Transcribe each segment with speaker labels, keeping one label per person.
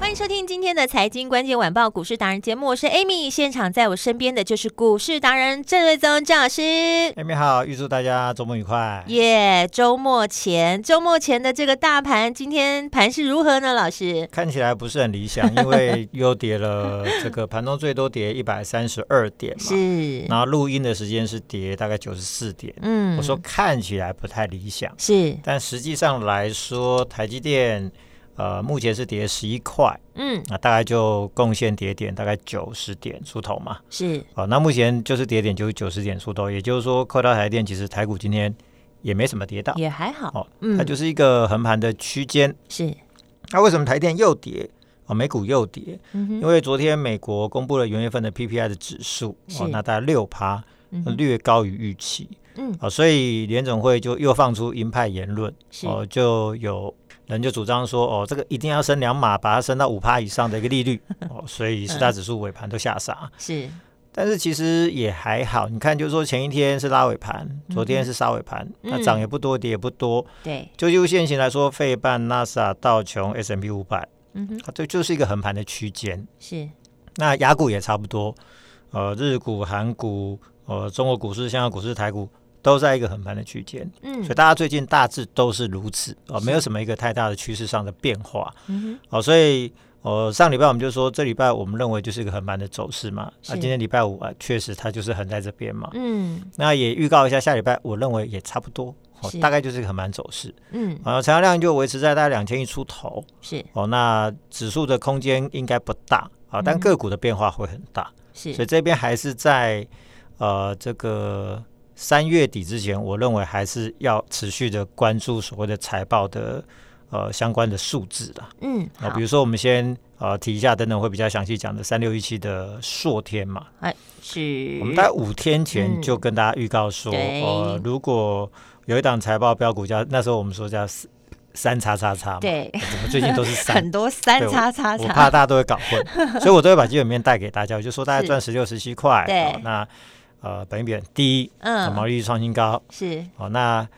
Speaker 1: 欢迎收听今天的财经关键晚报股市达人节目，我是 Amy，现场在我身边的就是股市达人郑瑞宗郑老师。
Speaker 2: 艾米好，预祝大家周末愉快。
Speaker 1: 耶、周末前，周末前的这个大盘，今天盘是如何呢？老师，
Speaker 2: 看起来不是很 理想，因为又跌了这个盘中最多跌一百三十二点嘛，
Speaker 1: 是，
Speaker 2: 然后录音的时间是跌大概九十四点。
Speaker 1: 嗯
Speaker 2: 我说看起来不太理想，
Speaker 1: 是，
Speaker 2: 但实际上来说，台积电呃目前是跌十一块，
Speaker 1: 嗯，
Speaker 2: 那大概就贡献跌点大概九十点出头嘛。
Speaker 1: 是，
Speaker 2: 哦，那目前就是跌点就是九十点出头，也就是说扣掉台电，其实台股今天也没什么跌到。
Speaker 1: 也还好，
Speaker 2: 哦，
Speaker 1: 嗯
Speaker 2: 它就是一个横盘的区间，
Speaker 1: 是，
Speaker 2: 那为什么台电又跌？哦，美股又跌，
Speaker 1: 嗯哼
Speaker 2: 因为昨天美国公布了元月份的 PPI 的指数，
Speaker 1: 是
Speaker 2: 哦，那大概六趴，
Speaker 1: 嗯哼
Speaker 2: 略高于预期，
Speaker 1: 嗯，
Speaker 2: 哦，所以联总会就又放出鹰派言论，
Speaker 1: 是
Speaker 2: 哦，就有人就主张说，哦，这个一定要升两码，把它升到五趴以上的一个利率， 哦，所以四大指数尾盘都下杀，
Speaker 1: 是，
Speaker 2: 但是其实也还好，你看，就是说前一天是拉尾盘，
Speaker 1: 嗯
Speaker 2: 昨天是杀尾盘，那涨也不多，跌也不多，
Speaker 1: 对，
Speaker 2: 就技术线型来说，费半、纳斯达、道琼、S M P 五百，
Speaker 1: 嗯哼，
Speaker 2: 它这就是一个横盘的区间。
Speaker 1: 是，
Speaker 2: 那雅股也差不多，呃，日股、韩股、呃，中国股市、香港股市、台股都在一个横盘的区间，
Speaker 1: 嗯
Speaker 2: 所以大家最近大致都是如此，呃，没有什么一个太大的趋势上的变化，
Speaker 1: 嗯
Speaker 2: 哦、所以。呃，上礼拜我们就说，这礼拜我们认为就是一个横盘的走势嘛。
Speaker 1: 是
Speaker 2: 那、今天礼拜五啊，确实它就是横在这边嘛。
Speaker 1: 嗯
Speaker 2: 那也预告一下，下礼拜我认为也差不多，哦
Speaker 1: 是，
Speaker 2: 大概就是一个横盘走势。
Speaker 1: 嗯，
Speaker 2: 啊，成交量就维持在大概两千亿出头
Speaker 1: 是，
Speaker 2: 哦。那指数的空间应该不大啊，但个股的变化会很大，所以
Speaker 1: 嗯是，
Speaker 2: 这边还是在呃这个三月底之前，我认为还是要持续的关注所谓的财报的呃相关的数字啦。
Speaker 1: 嗯，
Speaker 2: 啊，
Speaker 1: 好
Speaker 2: 比，如说我们先呃提一下，等等会比较详细讲的三六一七的硕天嘛，
Speaker 1: 哎，是，
Speaker 2: 我们在五天前
Speaker 1: 嗯
Speaker 2: 就跟大家预告说，
Speaker 1: 对
Speaker 2: 呃，如果有一档财报标股叫那时候我们说叫四三叉叉叉嘛，
Speaker 1: 对，
Speaker 2: 怎么最近都是三
Speaker 1: 很？多三
Speaker 2: 对我
Speaker 1: 叉叉
Speaker 2: 我怕
Speaker 1: 叉，
Speaker 2: 大家都会搞 混，所以我都会把基本面带给大家，我就说大
Speaker 1: 是
Speaker 2: 概赚十六十七块，
Speaker 1: 对
Speaker 2: 哦那呃本益比很低，啊
Speaker 1: 嗯
Speaker 2: 毛利率创新高，
Speaker 1: 是，
Speaker 2: 哦，那啊、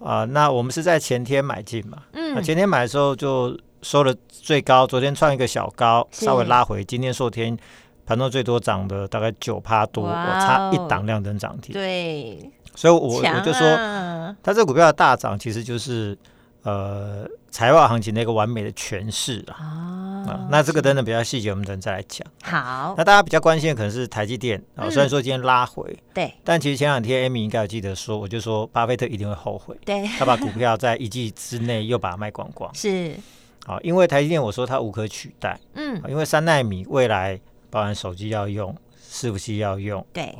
Speaker 2: 呃那我们是在前天买进嘛，那
Speaker 1: 嗯，
Speaker 2: 前天买的时候就收了最高，昨天创一个小高，
Speaker 1: 是
Speaker 2: 稍微拉回，今天昨天盘中最多涨的大概九趴多，我
Speaker 1: 哇哦
Speaker 2: 差一档量增涨停，
Speaker 1: 对，
Speaker 2: 所以我、
Speaker 1: 强
Speaker 2: 我就说，
Speaker 1: 啊
Speaker 2: 它这股票的大涨其实就是呃财报行情的一个完美的诠释啊。啊
Speaker 1: 啊，
Speaker 2: 那这个等等比较细节，我们等再来讲。
Speaker 1: 好
Speaker 2: 那，大家比较关心的可能是台积电啊，
Speaker 1: 嗯
Speaker 2: 虽然说今天拉回，
Speaker 1: 对
Speaker 2: 但其实前两天 Amy 应该有记得说，我就说巴菲特一定会后悔，
Speaker 1: 对
Speaker 2: 他把股票在一季之内又把它卖光光。
Speaker 1: 是，
Speaker 2: 好，因为台积电我说它无可取代，啊
Speaker 1: 嗯
Speaker 2: 因为三纳米未来包含手机要用，伺服器要用，
Speaker 1: 对，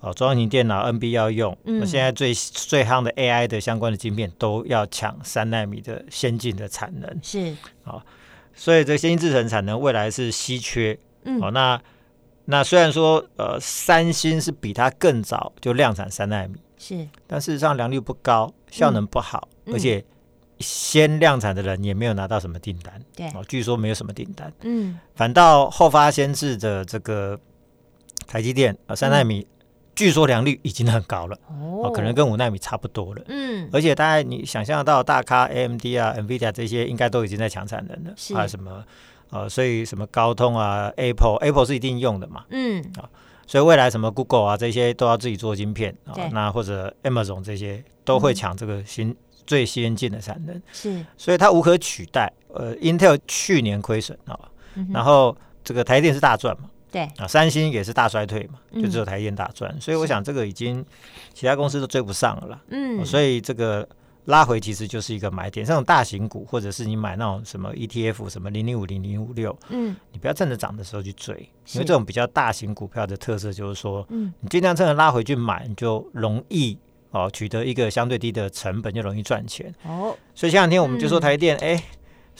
Speaker 2: 哦，中型电脑 NB 要用，
Speaker 1: 嗯
Speaker 2: 那现在最最夯的 AI 的相关的晶片都要抢三纳米的先进的产能，
Speaker 1: 是，
Speaker 2: 所以这个先进制程产能未来是稀缺。
Speaker 1: 嗯
Speaker 2: 哦，那那虽然说呃，三星是比它更早就量产三纳米，
Speaker 1: 是，
Speaker 2: 但事实上良率不高，效能不好，
Speaker 1: 嗯
Speaker 2: 而且先量产的人也没有拿到什么订单，
Speaker 1: 对，
Speaker 2: 哦，据说没有什么订单。
Speaker 1: 嗯
Speaker 2: 反倒后发先至的这个台积电啊，三纳米、据说良率已经很高了，
Speaker 1: 嗯哦
Speaker 2: 哦，可能跟五纳米差不多了。
Speaker 1: 嗯
Speaker 2: 而且大概你想象得到大咖 AMD 啊、NVIDIA 这些应该都已经在抢产能了，
Speaker 1: 是
Speaker 2: 还有什么呃，所以什么高通啊、Apple、Apple 是一定用的嘛，
Speaker 1: 嗯
Speaker 2: 所以未来什么 Google 啊这些都要自己做晶片啊、
Speaker 1: 对嗯
Speaker 2: 那或者 Amazon 这些都会抢这个新、最先进的产能，
Speaker 1: 是，
Speaker 2: 所以它无可取代。呃，Intel 去年亏损啊、
Speaker 1: 嗯哼
Speaker 2: 然后这个台积电是大赚嘛，
Speaker 1: 对
Speaker 2: 啊，三星也是大衰退嘛，
Speaker 1: 嗯
Speaker 2: 就哦只有台积电大赚，所以我想这个已经其他公司都追不上了啦。
Speaker 1: 嗯
Speaker 2: 哦所以这个拉回其实就是一个买点。这种大型股，或者是你买那种什么 ETF，什么零零五零零五六，
Speaker 1: 嗯
Speaker 2: 你不要趁着涨的时候去追，
Speaker 1: 是
Speaker 2: 因为这种比较大型股票的特色就是说，
Speaker 1: 嗯
Speaker 2: 你尽量趁着拉回去买，你就容易哦取得一个相对低的成本，就容易赚钱。
Speaker 1: 哦
Speaker 2: 所以前两天我们就说
Speaker 1: 嗯
Speaker 2: 台积电，哎、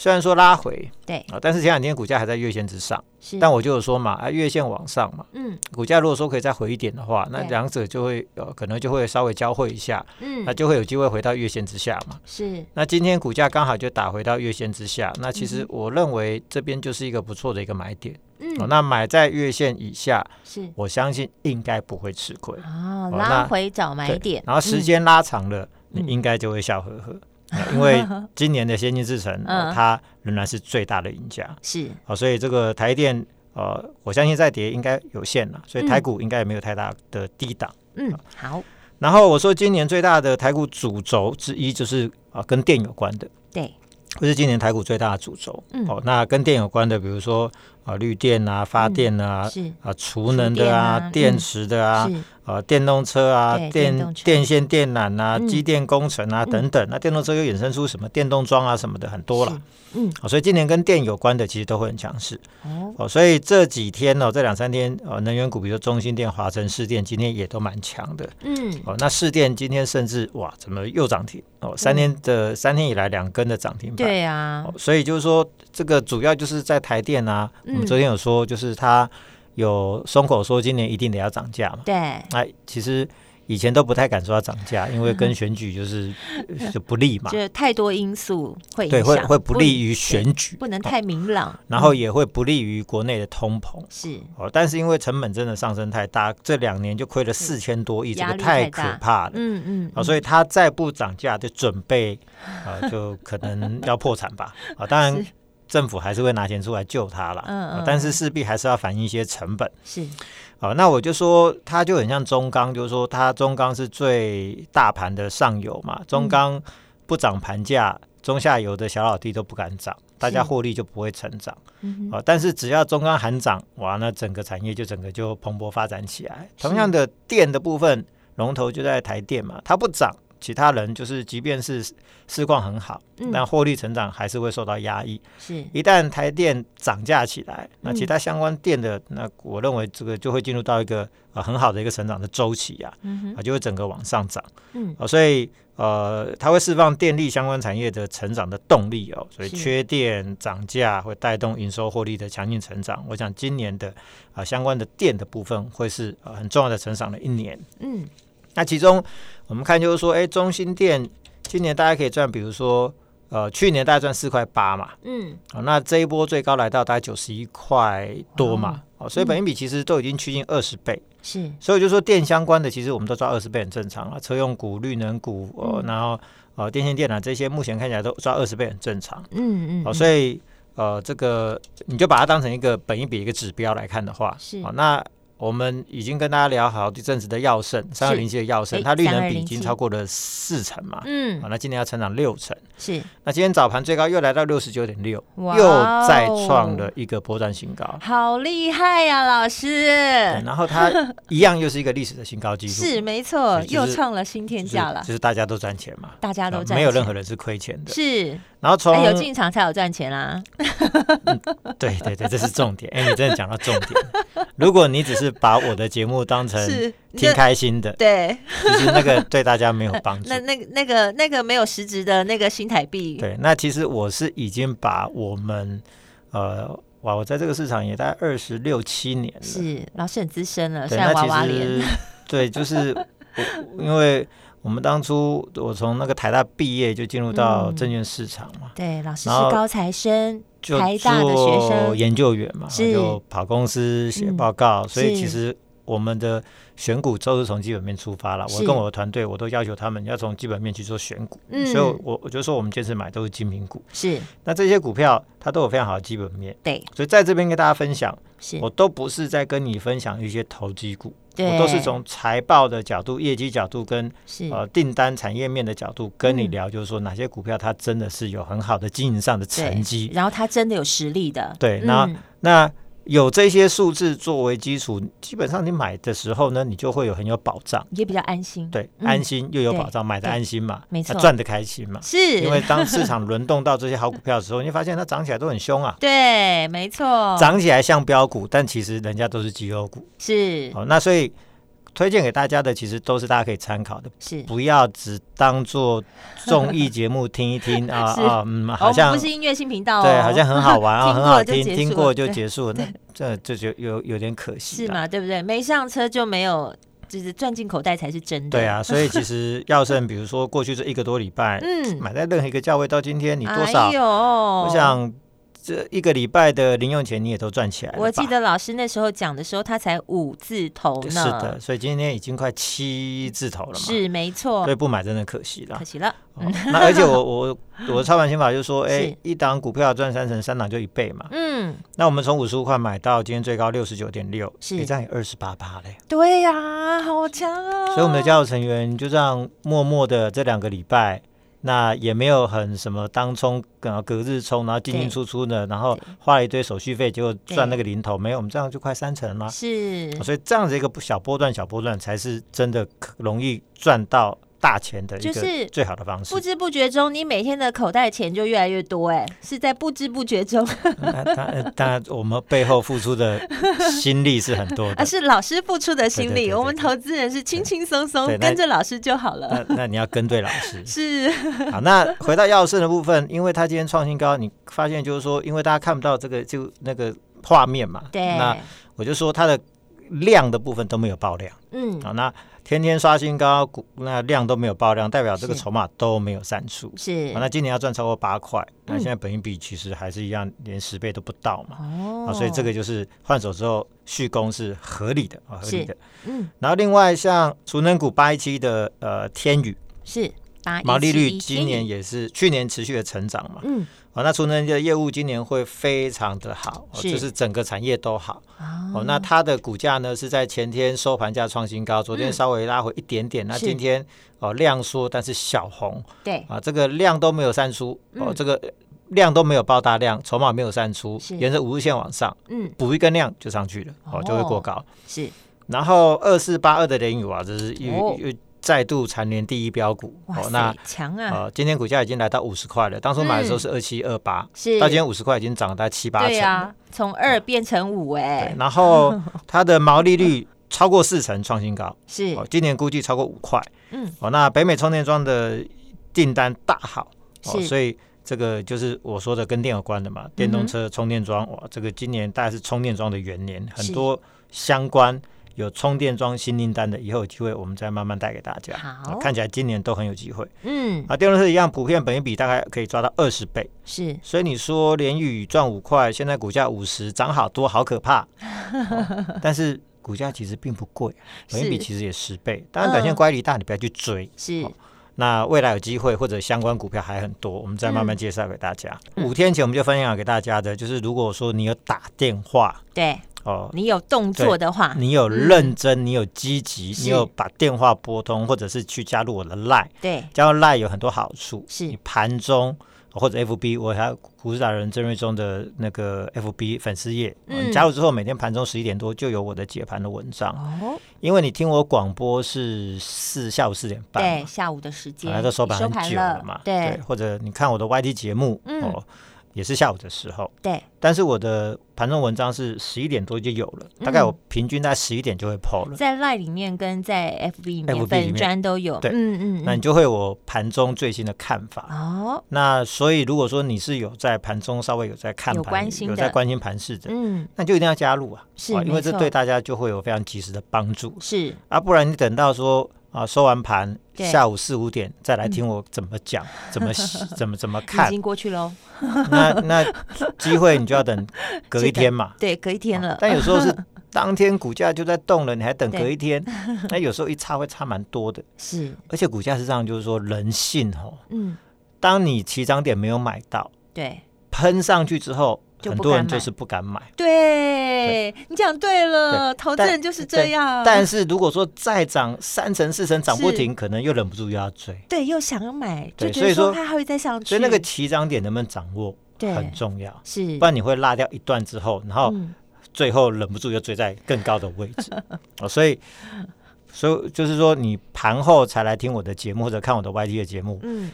Speaker 2: 虽然说拉回
Speaker 1: 对
Speaker 2: 啊、但是前两天股价还在月线之上，
Speaker 1: 是，
Speaker 2: 但我就有说嘛，啊，月线往上嘛，
Speaker 1: 嗯
Speaker 2: 股价如果说可以再回一点的话，那
Speaker 1: 对
Speaker 2: 两者就会呃可能就会稍微交汇一下，那
Speaker 1: 嗯
Speaker 2: 就会有机会回到月线之下嘛。
Speaker 1: 是
Speaker 2: 那今天股价刚好就打回到月线之下，那其实我认为这边就是一个不错的一个买点。哦，
Speaker 1: 嗯
Speaker 2: 那买在月线以下，
Speaker 1: 是
Speaker 2: 我相信应该不会吃亏。
Speaker 1: 啊，
Speaker 2: 哦
Speaker 1: 拉
Speaker 2: 那
Speaker 1: 回找买
Speaker 2: 对
Speaker 1: 点，
Speaker 2: 然后时
Speaker 1: 嗯
Speaker 2: 间拉长了，
Speaker 1: 嗯
Speaker 2: 你应该就会笑呵 呵，呃因为今年的先进制程、呃
Speaker 1: 嗯
Speaker 2: 它仍然是最大的赢家。
Speaker 1: 是
Speaker 2: 好、所以这个台电呃，我相信再跌应该有限了，所以台股应该也没有太大的低档。
Speaker 1: 嗯好
Speaker 2: 然后我说今年最大的台股主轴之一就是啊、呃跟电有关的，
Speaker 1: 对
Speaker 2: 这是今年台股最大的主轴。
Speaker 1: 嗯
Speaker 2: 哦，那跟电有关的，比如说啊、呃绿电啊、发电啊、
Speaker 1: 是
Speaker 2: 啊储能的啊、
Speaker 1: 储电啊
Speaker 2: 电池的啊、
Speaker 1: 是
Speaker 2: 啊，电动车啊
Speaker 1: 对，电动
Speaker 2: 电
Speaker 1: 车
Speaker 2: 电线电缆啊，
Speaker 1: 嗯
Speaker 2: 机电工程啊
Speaker 1: 嗯
Speaker 2: 等等，那电动车又衍生出什么电动桩啊什么的很多了
Speaker 1: 是。嗯
Speaker 2: 啊所以今年跟电有关的其实都会很强势
Speaker 1: 哦
Speaker 2: 哦。所以这几天呢、哦，这两三天呃，能源股，比如说中兴电、华晨、市电，今天也都蛮强的
Speaker 1: 嗯
Speaker 2: 哦。那市电今天甚至哇，怎么又涨停哦？三天的、三天以来两根的涨停板。
Speaker 1: 对啊
Speaker 2: 哦所以就是说，这个主要就是在台电啊，我
Speaker 1: 嗯
Speaker 2: 们昨天有说，就是它有松口说今年一定得要涨价嘛。
Speaker 1: 对
Speaker 2: 那其实以前都不太敢说要涨价，因为跟选举就是 呃就不利嘛，
Speaker 1: 就太多因素会影
Speaker 2: 对，会
Speaker 1: 响
Speaker 2: 会不利于选举，
Speaker 1: 不能
Speaker 2: 哦
Speaker 1: 太明朗，
Speaker 2: 然后也会不利于国内的通膨。
Speaker 1: 是
Speaker 2: 哦，但是因为成本真的上升太大，这两年就亏了四千多亿，这
Speaker 1: 压
Speaker 2: 个
Speaker 1: 力太
Speaker 2: 太可
Speaker 1: 大
Speaker 2: 怕了。
Speaker 1: 嗯嗯
Speaker 2: 啊、所以它再不涨价，就准 备啊、呃就可能要破产吧。啊、当然
Speaker 1: 是
Speaker 2: 政府还是会拿钱出来救它啦，
Speaker 1: 嗯
Speaker 2: 啊
Speaker 1: 嗯
Speaker 2: 但是势必还是要反映一些成本。
Speaker 1: 是
Speaker 2: 好，那我就说它就很像中钢，就是说它中钢是最大盘的上游嘛，
Speaker 1: 嗯
Speaker 2: 中钢不涨盘价，中下游的小老弟都不敢涨，大家
Speaker 1: 是
Speaker 2: 获利就不会成长。
Speaker 1: 嗯哼
Speaker 2: 啊，但是只要中钢喊涨，哇，那整个产业就整个就蓬勃发展起来。同样的电的部分，龙头就在台电嘛，它不涨，其他人就是即便是市况很好，
Speaker 1: 嗯
Speaker 2: 但获利成长还是会受到压抑。
Speaker 1: 是
Speaker 2: 一旦台电涨价起来，那
Speaker 1: 嗯
Speaker 2: 其他相关电的，那我认为这个就会进入到一个呃很好的一个成长的周期呀、
Speaker 1: 嗯
Speaker 2: 啊，
Speaker 1: 哼
Speaker 2: 就会整个往上涨
Speaker 1: 嗯
Speaker 2: 啊、所以呃，它会释放电力相关产业的成长的动力哦，所以
Speaker 1: 是
Speaker 2: 缺电涨价会带动营收获利的强劲成长。我想今年的啊、相关的电的部分会是、呃、很重要的成长的一年。
Speaker 1: 嗯
Speaker 2: 那其中我们看就是说，哎，中心电今年大家可以赚，比如说呃，去年大概赚四块八嘛，
Speaker 1: 嗯
Speaker 2: 哦，那这一波最高来到大概九十一块多嘛，哦，所以本
Speaker 1: 嗯
Speaker 2: 益比其实都已经趋近二十倍，
Speaker 1: 是
Speaker 2: 所以我就说电相关的，其实我们都抓二十倍很正常了，车用股、绿能股，
Speaker 1: 嗯
Speaker 2: 哦，然后呃电线电缆这些，目前看起来都抓二十倍很正常，
Speaker 1: 嗯嗯
Speaker 2: 哦，
Speaker 1: 嗯
Speaker 2: 所以呃这个你就把它当成一个本益比一个指标来看的话，
Speaker 1: 是
Speaker 2: 哦，那。我们已经跟大家聊好一阵子的药圣，三二零七的药圣，
Speaker 1: 哎
Speaker 2: 它绿能比
Speaker 1: 3207
Speaker 2: 已经超过了四成嘛，
Speaker 1: 嗯
Speaker 2: 哦，那今年要成长六成，
Speaker 1: 是
Speaker 2: 那今天早盘最高又来到六十九点六，
Speaker 1: 哇呃
Speaker 2: 又再创
Speaker 1: 哦
Speaker 2: 了一个波段新高。
Speaker 1: 好厉害呀、老
Speaker 2: 对
Speaker 1: 师！
Speaker 2: 然后它一样又是一个历史的新高纪录，
Speaker 1: 是没错，
Speaker 2: 对就
Speaker 1: 又
Speaker 2: 是
Speaker 1: 创了新天
Speaker 2: 就是
Speaker 1: 价了，
Speaker 2: 就是大家都赚钱嘛，
Speaker 1: 大家都
Speaker 2: 啊
Speaker 1: 赚钱，
Speaker 2: 没有任何人是亏钱的。嗯
Speaker 1: 是，
Speaker 2: 然后从
Speaker 1: 哎，有进场才有赚钱啊啦。
Speaker 2: 对对对，这是重点。哎，你真的讲到重点。如果你只是把我的节目当成
Speaker 1: 是
Speaker 2: 挺
Speaker 1: 那
Speaker 2: 开心的，
Speaker 1: 对，
Speaker 2: 其实那个对大家没有 帮助
Speaker 1: 那。那那个那个没有实质的那个新台币，
Speaker 2: 对，那其实我是已经把我们呃，哇，我在这个市场也大概二十六七年了。
Speaker 1: 是老师很资深了，虽
Speaker 2: 对，
Speaker 1: 然
Speaker 2: 那
Speaker 1: 娃
Speaker 2: 其
Speaker 1: 娃
Speaker 2: 实
Speaker 1: 脸，
Speaker 2: 对，就是我因为我们当初我从那个台大毕业就进入到
Speaker 1: 嗯
Speaker 2: 证券市场嘛，
Speaker 1: 对，老师是
Speaker 2: 然后
Speaker 1: 高材生，
Speaker 2: 就
Speaker 1: 台大的学生
Speaker 2: 做研究员嘛，
Speaker 1: 是
Speaker 2: 就跑公司写
Speaker 1: 嗯
Speaker 2: 报告，所以
Speaker 1: 是
Speaker 2: 其实。我们的选股都是从基本面出发了，我
Speaker 1: 是
Speaker 2: 跟我的团队，我都要求他们要从基本面去做选股，
Speaker 1: 嗯
Speaker 2: 所以我我就说我们这次买都是精品股，
Speaker 1: 是
Speaker 2: 那这些股票它都有非常好的基本面，
Speaker 1: 对，
Speaker 2: 所以在这边跟大家分享，
Speaker 1: 是
Speaker 2: 我都不是在跟你分享一些投机股，
Speaker 1: 对，
Speaker 2: 我都是从财报的角度、业绩角度跟
Speaker 1: 是
Speaker 2: 呃订单产业面的角度跟你
Speaker 1: 嗯
Speaker 2: 聊，就是说哪些股票它真的是有很好的经营上的
Speaker 1: 对
Speaker 2: 成绩。
Speaker 1: 然后他真的有实力的，
Speaker 2: 对
Speaker 1: 嗯
Speaker 2: 那那有这些数字作为基础，基本上你买的时候呢，你就会有很有保障，
Speaker 1: 也比较安心。
Speaker 2: 对，
Speaker 1: 嗯
Speaker 2: 安心又有
Speaker 1: 对
Speaker 2: 保障，买的
Speaker 1: 对
Speaker 2: 安心嘛，
Speaker 1: 没错
Speaker 2: 啊赚的开心嘛。
Speaker 1: 是，
Speaker 2: 因为当市场轮动到这些好股票的 时候，你会发现它涨起来都很凶啊，
Speaker 1: 对，没错，
Speaker 2: 涨起来像标股，但其实人家都是绩优股。
Speaker 1: 是
Speaker 2: 好，那所以推荐给大家的其实都是大家可以参考的，
Speaker 1: 是。哦
Speaker 2: 不要只当做综艺节目听一 听啊
Speaker 1: 是
Speaker 2: 啊，嗯，
Speaker 1: 哦我
Speaker 2: 好
Speaker 1: 们
Speaker 2: 像
Speaker 1: 不是音乐性频道哦，
Speaker 2: 对，好像很好玩啊，
Speaker 1: 听
Speaker 2: 很
Speaker 1: 过
Speaker 2: 好
Speaker 1: 就
Speaker 2: 听，
Speaker 1: 结
Speaker 2: 听
Speaker 1: 束
Speaker 2: 过
Speaker 1: 了
Speaker 2: 就
Speaker 1: 对
Speaker 2: 结束了，那这这就有有点可惜
Speaker 1: 是
Speaker 2: 了。
Speaker 1: 嘛？对不对？没上车就没有，就是赚进口袋才是真的。
Speaker 2: 对， 啊，所以其实耀盛，比如说过去这一个多礼拜，
Speaker 1: 嗯，
Speaker 2: 买在任何一个价位到今天，你多少
Speaker 1: 哎？呦，我
Speaker 2: 我想这一个礼拜的零用钱你也都赚起来了吧。
Speaker 1: 我记得老师那时候讲的时候，他才五字头呢。
Speaker 2: 是的，，所以今天已经快七字头了嘛。
Speaker 1: 嗯是没错
Speaker 2: 所以，不买真的可惜了
Speaker 1: 可。惜了。
Speaker 2: 哦 那而且我我我的操盘心法就是说，哎
Speaker 1: 是，
Speaker 2: 一档股票赚三成，三档就一倍嘛。
Speaker 1: 嗯，
Speaker 2: 那我们从五十五块买到今天最高六十九点六，
Speaker 1: 是
Speaker 2: 也占有二十八趴嘞。
Speaker 1: 对呀、好强哦。
Speaker 2: 所以我们的家族成员就这样默默的这两个礼拜，那也没有很什么当冲，然后隔日冲，然后进进出出的，然后花了一堆手续费，结果赚那个零头，没有，我们这样就快三成啦。
Speaker 1: 是
Speaker 2: 所以这样子一个小波段、小波段才是真的可容易赚到大钱的一
Speaker 1: 就是
Speaker 2: 个最好的方式
Speaker 1: 不。知不觉中，你每天的口袋钱就越来越多、哎，是在不知不觉中
Speaker 2: 那当当然，我们背后付出的心力是很多
Speaker 1: 啊，
Speaker 2: 的。
Speaker 1: 是老师付出的心
Speaker 2: 对对
Speaker 1: 力。
Speaker 2: 对
Speaker 1: 我们投资人是轻轻松松
Speaker 2: 对那
Speaker 1: 跟着老师就好了。
Speaker 2: 那那你要跟对老师。
Speaker 1: 是，
Speaker 2: 好，那回到耀盛的部分，因为它今天创新高，你发现就是说，因为大家看不到这个就那个画面嘛，
Speaker 1: 对，
Speaker 2: 那我就说它的量的部分都没有爆量
Speaker 1: 嗯，
Speaker 2: 啊，那天天刷新高，股那量都没有爆量，代表这个
Speaker 1: 是
Speaker 2: 筹码都没有散出。
Speaker 1: 是
Speaker 2: 啊，那今年要赚超过八块，那
Speaker 1: 嗯
Speaker 2: 现在本益比其实还是一样，连十倍都不到嘛。
Speaker 1: 哦
Speaker 2: 啊，所以这个就是换手之后续供是合理的啊，合理
Speaker 1: 是
Speaker 2: 的。
Speaker 1: 嗯
Speaker 2: 然后另外像储能股八一七的呃天宇，
Speaker 1: 是八
Speaker 2: 毛利率
Speaker 1: 171
Speaker 2: 今年也是去年持续的成长嘛。
Speaker 1: 嗯
Speaker 2: 哦，那储能的业务今年会非常的好，哦
Speaker 1: 是
Speaker 2: 就是整个产业都好。
Speaker 1: 哦
Speaker 2: 哦，那它的股价呢是在前天收盘价创新高，昨天
Speaker 1: 嗯
Speaker 2: 稍微拉回一点点。那
Speaker 1: 是
Speaker 2: 今天哦量缩，但是小红
Speaker 1: 对
Speaker 2: 啊，这个量都没有散出，哦，
Speaker 1: 嗯
Speaker 2: 这个量都没有爆大量，筹码没有散出
Speaker 1: 是，
Speaker 2: 沿着五日线往上
Speaker 1: 嗯
Speaker 2: 补一根量就上去了，哦，就会
Speaker 1: 哦
Speaker 2: 过高。
Speaker 1: 是
Speaker 2: 然后二四八二的联宇啊，这是又、
Speaker 1: 哦
Speaker 2: 又再度蝉联第一标股。
Speaker 1: 哇
Speaker 2: 哦，那
Speaker 1: 塞强啊
Speaker 2: 呃，今天股价已经来到五十块了，当初买的时候是二七二八，
Speaker 1: 嗯是
Speaker 2: 到今天五十块已经涨了大概七八成
Speaker 1: 对
Speaker 2: 了。
Speaker 1: 啊从二变成五哎
Speaker 2: 对然 后它的毛利率超过四成，创新高。
Speaker 1: 是
Speaker 2: 哦，今年估计超过五块。
Speaker 1: 嗯，
Speaker 2: 哦，那北美充电桩的订单大好，哦，
Speaker 1: 是嗯
Speaker 2: 所以这个就是我说的跟电有关的嘛，电动车充电桩，哇，这个今年大概是充电桩的元年，很
Speaker 1: 是
Speaker 2: 多相关有充电桩新订单的，以后有机会我们再慢慢带给大家。
Speaker 1: 好
Speaker 2: 哦看起来今年都很有机会
Speaker 1: 嗯
Speaker 2: 啊。电动车一样，普遍本益比大概可以抓到二十倍，
Speaker 1: 是
Speaker 2: 所以你说联宇赚五块，现在股价五十，涨好多，好 可怕。哦但是股价其实并不贵，啊本益
Speaker 1: 是
Speaker 2: 比
Speaker 1: 嗯
Speaker 2: 其实也十倍。当然，短线乖离大，你不要去追。
Speaker 1: 是
Speaker 2: 好那未来有机会或者相关股票还很多，我们再慢慢介绍给大家。
Speaker 1: 嗯
Speaker 2: 五天前我们就分享给大家的，就是如果说你有打电话
Speaker 1: 对
Speaker 2: 哦，
Speaker 1: 你有动作的话
Speaker 2: 你有认真，你有积
Speaker 1: 啊
Speaker 2: 极，
Speaker 1: 嗯是
Speaker 2: 你有把电话拨通，或者是去加入我的 Line，
Speaker 1: 对
Speaker 2: 加入 Line 有很多好处，
Speaker 1: 是
Speaker 2: 你盘中。或者 FB，我还有股市达人郑瑞中的那个 FB 粉丝页，哦
Speaker 1: 嗯
Speaker 2: 你加入之后，每天盘中十一点多就有我的解盘的文章。
Speaker 1: 哦
Speaker 2: 因为你听我广播是四下午四点半嘛，
Speaker 1: 对下午的时间
Speaker 2: 本来都收
Speaker 1: 你
Speaker 2: 盘很久了嘛，
Speaker 1: 对
Speaker 2: 或者你看我的 YT 节目、
Speaker 1: 嗯
Speaker 2: 哦，也是下午的时候，
Speaker 1: 对
Speaker 2: 但是我的盘中文章是十一点多就有了，
Speaker 1: 嗯
Speaker 2: 大概我平均在十一点就会 PO 了，
Speaker 1: 在 line 里面跟在 FB 里
Speaker 2: FB
Speaker 1: 面
Speaker 2: 里面
Speaker 1: 粉砖都有
Speaker 2: 对
Speaker 1: 嗯嗯
Speaker 2: 那
Speaker 1: 嗯
Speaker 2: 你就会有我盘中最新的看法。
Speaker 1: 哦
Speaker 2: 那所以如果说你是有在盘中稍微有在看
Speaker 1: 有
Speaker 2: 盘，
Speaker 1: 关心的
Speaker 2: 在关心盘市的。
Speaker 1: 嗯
Speaker 2: 那就一定要加入啊，
Speaker 1: 是
Speaker 2: 啊因为
Speaker 1: 没
Speaker 2: 这
Speaker 1: 错
Speaker 2: 对大家就会有非常及时的帮助
Speaker 1: 是
Speaker 2: 啊，不然你等到说啊收完盘
Speaker 1: 对
Speaker 2: 下午四五点再来听我怎么 讲、怎么怎么怎么
Speaker 1: 已
Speaker 2: 看，
Speaker 1: 经过去哦喽，
Speaker 2: 那那机会你就要等隔一天嘛 啊
Speaker 1: 对隔一天了
Speaker 2: 哦但有时候 是当天股价就在动了，你还等
Speaker 1: 对
Speaker 2: 隔一 天，那有时候一差会差蛮多的。
Speaker 1: 是
Speaker 2: 而且股价是这样，就是说人性哦，
Speaker 1: 嗯
Speaker 2: 当你起涨点没有买到，
Speaker 1: 对
Speaker 2: 喷上去之后，
Speaker 1: 就
Speaker 2: 很
Speaker 1: 不敢买
Speaker 2: 多人就是不敢买。
Speaker 1: 对你讲对了，投资
Speaker 2: 但
Speaker 1: 人就是哦这样。
Speaker 2: 但是如果说再涨三成四成涨不停，可能又忍不住又要追。
Speaker 1: 对又想要买，就
Speaker 2: 对
Speaker 1: 觉
Speaker 2: 所
Speaker 1: 得
Speaker 2: 以
Speaker 1: 说
Speaker 2: 说
Speaker 1: 它还会再上去。
Speaker 2: 所以那个起涨点能不能掌握
Speaker 1: 对
Speaker 2: 很重要，
Speaker 1: 是
Speaker 2: 不然你会落掉一段之后，然后
Speaker 1: 嗯
Speaker 2: 最后忍不住又追在更高的位 置哦，所以。所以就是说，你盘后才来听我的节目或者看我的 YT 的节目，
Speaker 1: 嗯，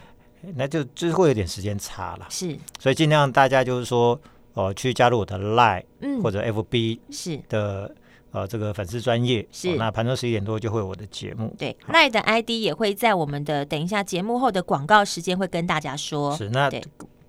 Speaker 2: 那就就是会有点时间差了。
Speaker 1: 是，
Speaker 2: 所以尽量大家就是说，哦、去加入我的 Line
Speaker 1: 嗯，
Speaker 2: 或者 FB
Speaker 1: 是
Speaker 2: 的呃这个粉丝专业，
Speaker 1: 是
Speaker 2: 哦那盘中十一点多就会有我的节目。
Speaker 1: 对赖的 ID 也会在我们的等一下节目后的广告时间会跟大家说。
Speaker 2: 是那
Speaker 1: 哦对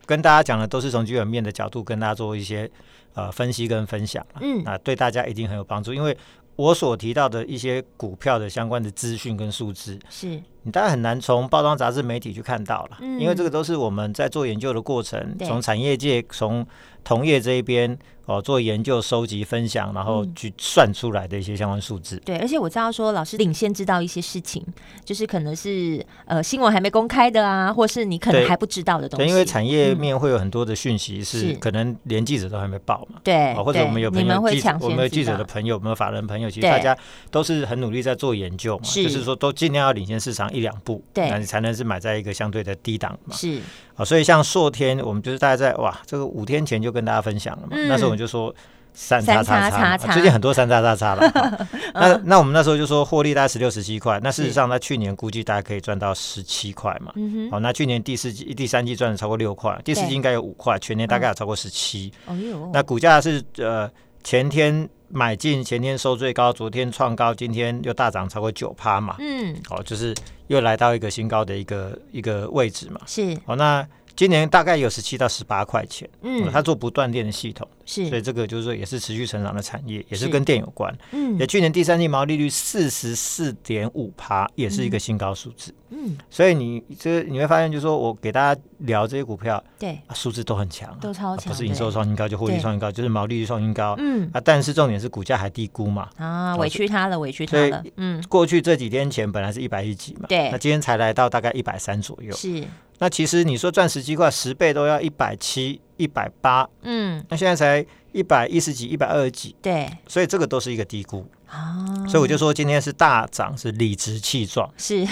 Speaker 2: 跟大家讲的都是从基本面的角度跟大家做一些呃分析跟分享啦，
Speaker 1: 嗯
Speaker 2: 那对大家一定很有帮助，因为我所提到的一些股票的相关的资讯跟数字，
Speaker 1: 是，
Speaker 2: 你当然很难从包装杂志媒体去看到了，
Speaker 1: 嗯
Speaker 2: 因为这个都是我们在做研究的过程，
Speaker 1: 对
Speaker 2: 从产业界、从同业这一边哦做研究、收集、分享，然后
Speaker 1: 嗯
Speaker 2: 去算出来的一些相关数字。
Speaker 1: 对，而且我知道说老师领先知道一些事情，就是可能是呃新闻还没公开的啊，或是你可能
Speaker 2: 对
Speaker 1: 还不知道的东
Speaker 2: 对，
Speaker 1: 西。嗯
Speaker 2: 因为产业面会有很多的讯息
Speaker 1: 是
Speaker 2: 是可能连记者都还没报嘛，
Speaker 1: 对，
Speaker 2: 哦，或者
Speaker 1: 对
Speaker 2: 我们有朋
Speaker 1: 你们
Speaker 2: 友
Speaker 1: 会
Speaker 2: 记者
Speaker 1: 抢，先
Speaker 2: 我们有
Speaker 1: 知
Speaker 2: 记者
Speaker 1: 道
Speaker 2: 的朋友，我们有法人朋友，其实
Speaker 1: 对
Speaker 2: 大家都是很努力在做研究嘛，
Speaker 1: 是
Speaker 2: 就是说都尽量要领先市场一两步，
Speaker 1: 对
Speaker 2: 那你才能是买在一个相对的低档嘛。
Speaker 1: 是
Speaker 2: 啊，所以像朔天，我们就是大概在哇，这个五天前就跟大家分享了嘛，
Speaker 1: 嗯
Speaker 2: 那时候我们就说。三
Speaker 1: 三叉
Speaker 2: 叉叉叉嘛，
Speaker 1: 叉叉
Speaker 2: 最近很多三叉叉叉了。 哈那那我们那时候就说获利大概十六十七块，那事实
Speaker 1: 是
Speaker 2: 上它去年估计大概可以赚到十七块嘛。
Speaker 1: 嗯
Speaker 2: 好，那去年第四季、第三季赚了超过六块，第四
Speaker 1: 对嗯
Speaker 2: 季应该有五块，全年大概有超过十七、
Speaker 1: 哼，哦呦，
Speaker 2: 那股价是呃前天买进，前天收最高，昨天创高，今天又大涨超过九趴嘛。
Speaker 1: 嗯
Speaker 2: 好、就是又来到一个新高的一个一个位置嘛。
Speaker 1: 是
Speaker 2: 好、那今年大概有十七到十八块钱。
Speaker 1: 嗯
Speaker 2: 它做不断电的系统，哦所以
Speaker 1: 是
Speaker 2: 这个就是说也是持续成长的产业，也是
Speaker 1: 是
Speaker 2: 跟电有关。
Speaker 1: 嗯
Speaker 2: 也去年第三季毛利率四十四点五趴，也是一个新高数字。
Speaker 1: 嗯
Speaker 2: 所以你这你会发现，就是说我给大家聊这些股票，
Speaker 1: 对
Speaker 2: 啊、数字都很强啊、
Speaker 1: 都超强
Speaker 2: 啊不是
Speaker 1: 的
Speaker 2: 营收创新高就获利
Speaker 1: 对
Speaker 2: 创新高，就是毛利率创新高、
Speaker 1: 嗯
Speaker 2: 啊。但是重点是股价还低估嘛。
Speaker 1: 啊
Speaker 2: 哦
Speaker 1: 委
Speaker 2: 所
Speaker 1: 屈他了委屈他
Speaker 2: 所以
Speaker 1: 了嗯
Speaker 2: 过去这几天前本来是一百一几嘛，
Speaker 1: 对
Speaker 2: 那今天才来到大概一百三左右。
Speaker 1: 是
Speaker 2: 那其实你说赚十几块，十倍都要一百七、一百八，
Speaker 1: 嗯
Speaker 2: 那现在才一百一十几、一百二十几，
Speaker 1: 对
Speaker 2: 所以这个都是一个低估。
Speaker 1: 啊，
Speaker 2: 所以我就说今天是大涨，是理直气壮
Speaker 1: 是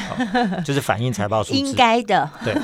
Speaker 2: 就是反映财报数
Speaker 1: 应
Speaker 2: 字。
Speaker 1: 该的
Speaker 2: 对，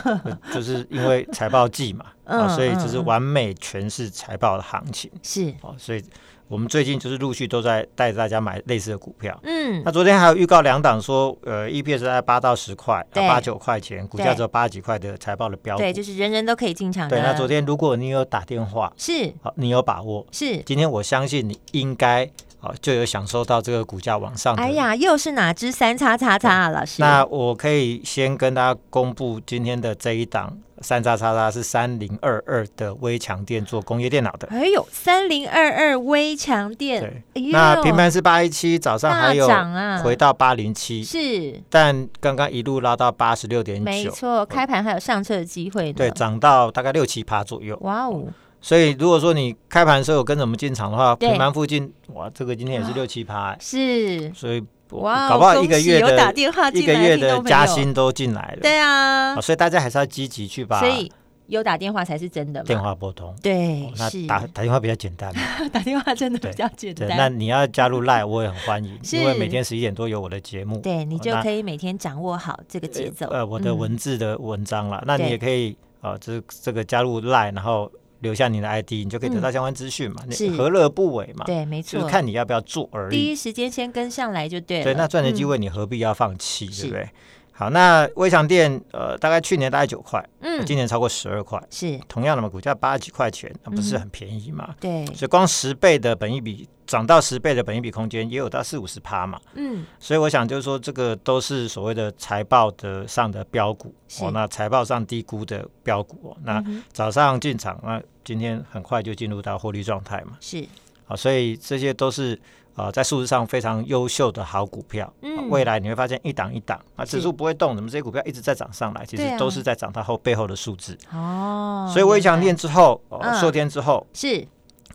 Speaker 2: 就是因为财报 季嘛，啊，
Speaker 1: 嗯
Speaker 2: 所以就是
Speaker 1: 嗯嗯
Speaker 2: 完美诠释财报的行情
Speaker 1: 是
Speaker 2: 哦，所以我们最近就是陆续都在带大家买类似的股票。
Speaker 1: 嗯
Speaker 2: 那昨天还有预告两档说，呃，EPS 在八到十块，啊
Speaker 1: 对
Speaker 2: 八九块钱，股价
Speaker 1: 对
Speaker 2: 只有八几块的财报的标股。
Speaker 1: 对就是人人都可以进场的
Speaker 2: 对那昨天如果你有打电话，
Speaker 1: 是
Speaker 2: 好，你有把握，
Speaker 1: 是
Speaker 2: 今天我相信你应该好就有享受到这个股价往上的。
Speaker 1: 哎呀又是哪只三叉叉叉啊老师
Speaker 2: 那我可以先跟大家公布今天的这一档三叉叉叉是三零二二的微强电做工业电脑的，
Speaker 1: 哎呦三零二二微强
Speaker 2: 对
Speaker 1: 电，哎呦
Speaker 2: 那平盘是八一七，早上还有
Speaker 1: 大涨啊
Speaker 2: 回到八零七，
Speaker 1: 是
Speaker 2: 但刚刚一路拉到八十六点
Speaker 1: 没
Speaker 2: 九，
Speaker 1: 错开盘还有上车的机会呢
Speaker 2: 对，涨到大概六七趴左右。
Speaker 1: 哇哦
Speaker 2: 所以如果说你开盘的时候有跟着我们进场的话，
Speaker 1: 对
Speaker 2: 平盘附近，哇，这个今天也是六七趴，欸
Speaker 1: 是
Speaker 2: 所以我
Speaker 1: 哇哦
Speaker 2: 搞不好
Speaker 1: 恭
Speaker 2: 一个
Speaker 1: 喜
Speaker 2: 月
Speaker 1: 有打
Speaker 2: 的
Speaker 1: 电话
Speaker 2: 一
Speaker 1: 进
Speaker 2: 个
Speaker 1: 来
Speaker 2: 月
Speaker 1: 听
Speaker 2: 的
Speaker 1: 众朋
Speaker 2: 加
Speaker 1: 友
Speaker 2: 薪都进来了，
Speaker 1: 对啊
Speaker 2: 哦，所以大家还是要积极去把
Speaker 1: 所以有打电话才是真的嘛？
Speaker 2: 电话拨通。
Speaker 1: 对
Speaker 2: 哦，那
Speaker 1: 哎是
Speaker 2: 打打电话比较简 单嘛，
Speaker 1: 打电话真的比
Speaker 2: 对
Speaker 1: 较简
Speaker 2: 对，那
Speaker 1: 单。
Speaker 2: 你要加入 Line 我也很欢迎，
Speaker 1: 是
Speaker 2: 因为每天十一点多有我的节目，
Speaker 1: 对你就可
Speaker 2: 以
Speaker 1: 以每天掌握好这个节奏。
Speaker 2: 哦呃我的
Speaker 1: 嗯
Speaker 2: 文字的文章啦，那你
Speaker 1: 对
Speaker 2: 也可以啊，呃这这个加入 Line，然后留下你的 ID，你就可以得到相关资讯嘛，
Speaker 1: 嗯是
Speaker 2: 你何乐不为嘛？
Speaker 1: 对，没
Speaker 2: 就是
Speaker 1: 错，
Speaker 2: 看你要不要做而
Speaker 1: 第
Speaker 2: 已。
Speaker 1: 一时间先跟上来就对了。
Speaker 2: 对，那赚的机
Speaker 1: 嗯
Speaker 2: 会你何必要放弃，对
Speaker 1: 是
Speaker 2: 不对？好，那微强店呃，大概去年大概九块，
Speaker 1: 嗯
Speaker 2: 今年超过十二块，
Speaker 1: 是
Speaker 2: 同样的嘛，股价八十几块钱，那不是
Speaker 1: 嗯
Speaker 2: 很便宜嘛？
Speaker 1: 对，
Speaker 2: 所以光十倍的本益比涨到十倍的本益比空间也有到四五十趴嘛，
Speaker 1: 嗯
Speaker 2: 所以我想就是说这个都是所谓的财报的上的标股
Speaker 1: 是
Speaker 2: 哦，那财报上低估的标股哦，那
Speaker 1: 嗯哼
Speaker 2: 早上进场，那今天很快就进入到获利状态嘛，
Speaker 1: 是
Speaker 2: 啊、所以这些都是啊、呃在数字上非常优秀的好股票，
Speaker 1: 嗯
Speaker 2: 啊未来你会发现一档一档啊
Speaker 1: 是
Speaker 2: 指数不会动，怎么这些股票一直在涨上来，其
Speaker 1: 对啊
Speaker 2: 实都是在涨它后背后的数字，
Speaker 1: 哦，
Speaker 2: 所以微强
Speaker 1: 原
Speaker 2: 电
Speaker 1: 来
Speaker 2: 之后，哦
Speaker 1: 嗯，
Speaker 2: 硕天之后。
Speaker 1: 是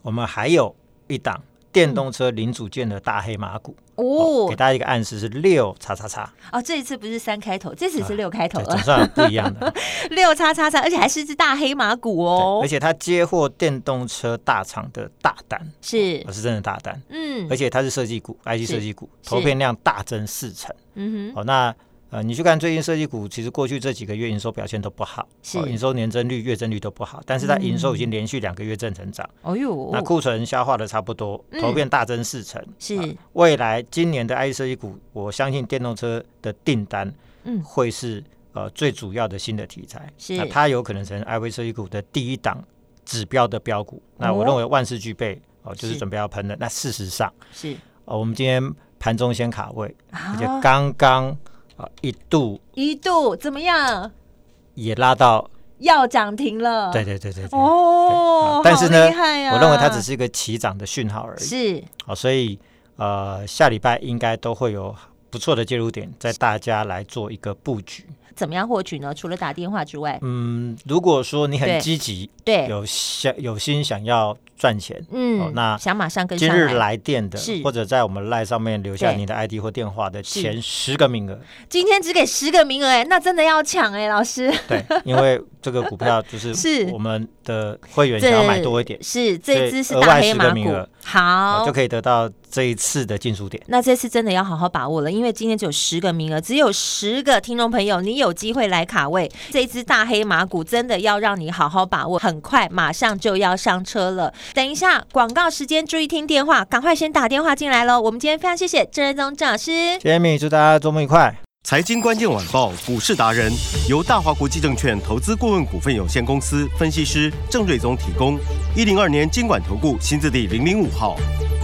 Speaker 2: 我们还有一档电动车零组件的大黑马股，哦
Speaker 1: 哦
Speaker 2: 给大家一个暗示是六叉叉叉，
Speaker 1: 哦，这一次不是三开头，这次是
Speaker 2: 啊
Speaker 1: 六开头
Speaker 2: 对，
Speaker 1: 了
Speaker 2: 总，算有不一样 的。
Speaker 1: 六叉叉叉，而且还是只大黑马股
Speaker 2: 对
Speaker 1: 哦
Speaker 2: 而，且它接获电动车大厂的大单，
Speaker 1: 是
Speaker 2: 哦是真的大单，
Speaker 1: 嗯
Speaker 2: 而且它是设计股，IC
Speaker 1: 是
Speaker 2: 设计股，
Speaker 1: 是
Speaker 2: 投片量大增四成。
Speaker 1: 嗯哼
Speaker 2: 哦，那。呃，你去看最近设计股，其实过去这几个月营收表现都不好，
Speaker 1: 是嗯
Speaker 2: 哦营收年增率、月增率都不好，但是它营收已经连续两个月正成长，
Speaker 1: 哦呦
Speaker 2: 那库存消化的差不多，
Speaker 1: 嗯
Speaker 2: 投片大增四成。
Speaker 1: 是
Speaker 2: 啊未来今年的 IC 设计股，我相信电动车的订单，
Speaker 1: 嗯
Speaker 2: 会是呃最主要的新的题材，
Speaker 1: 是
Speaker 2: 那它有可能成 IC 设计股的第一档指标的标股。那我
Speaker 1: 哦
Speaker 2: 认为万事俱备哦、就是
Speaker 1: 是
Speaker 2: 准备要喷的。那事实上，
Speaker 1: 是
Speaker 2: 哦、我们今天盘中先卡位，而且
Speaker 1: 啊，
Speaker 2: 刚刚啊、呃一度
Speaker 1: 一度怎么样？
Speaker 2: 也拉到，
Speaker 1: 要涨停了，
Speaker 2: 对对对对对。
Speaker 1: 哦
Speaker 2: 对啊，但是呢
Speaker 1: 好厉害啊
Speaker 2: 我认为它只是一个起涨的讯号而已。
Speaker 1: 是
Speaker 2: 好，啊所以呃，下礼拜应该都会有不错的介入点，在大家来做一个布局。
Speaker 1: 怎么样获取呢？除了打电话之外，
Speaker 2: 嗯，如果说你
Speaker 1: 对
Speaker 2: 很积极，
Speaker 1: 对，
Speaker 2: 有想有心想要赚钱，
Speaker 1: 嗯，
Speaker 2: 哦那
Speaker 1: 想马上跟
Speaker 2: 今
Speaker 1: 上
Speaker 2: 日来电的
Speaker 1: 是，
Speaker 2: 或者在我们 line 上面留下
Speaker 1: 对
Speaker 2: 你的 ID 或电话的
Speaker 1: 是
Speaker 2: 前十个名额，
Speaker 1: 今天只给十个名额，哎，那真的要抢哎，老师，
Speaker 2: 对，因为这个股票就
Speaker 1: 是
Speaker 2: 是我们的会员想要买多一点，
Speaker 1: 是这一
Speaker 2: 所
Speaker 1: 只
Speaker 2: 以
Speaker 1: 是
Speaker 2: 额
Speaker 1: 大
Speaker 2: 外
Speaker 1: 黑
Speaker 2: 10个
Speaker 1: 马
Speaker 2: 名
Speaker 1: 股
Speaker 2: 额，
Speaker 1: 好
Speaker 2: 哦就，可以得到这一次的进出点。
Speaker 1: 那这次真的要好好把握了，因为今天只有十个名额，只有十个听众朋友，你有机会来卡位。这只大黑马股真的要让你好好把握，很快马上就要上车了。等一下广告时间，注意听电话，赶快先打电话进来喽。我们今天非常谢谢郑仁宗郑老师。
Speaker 2: 谢谢米，祝大家周末愉快。
Speaker 3: 财经关键晚报股市达人由大华国际证券投资顾问股份有限公司分析师郑瑞宗提供。一零二年经管投顾新字第零零五号。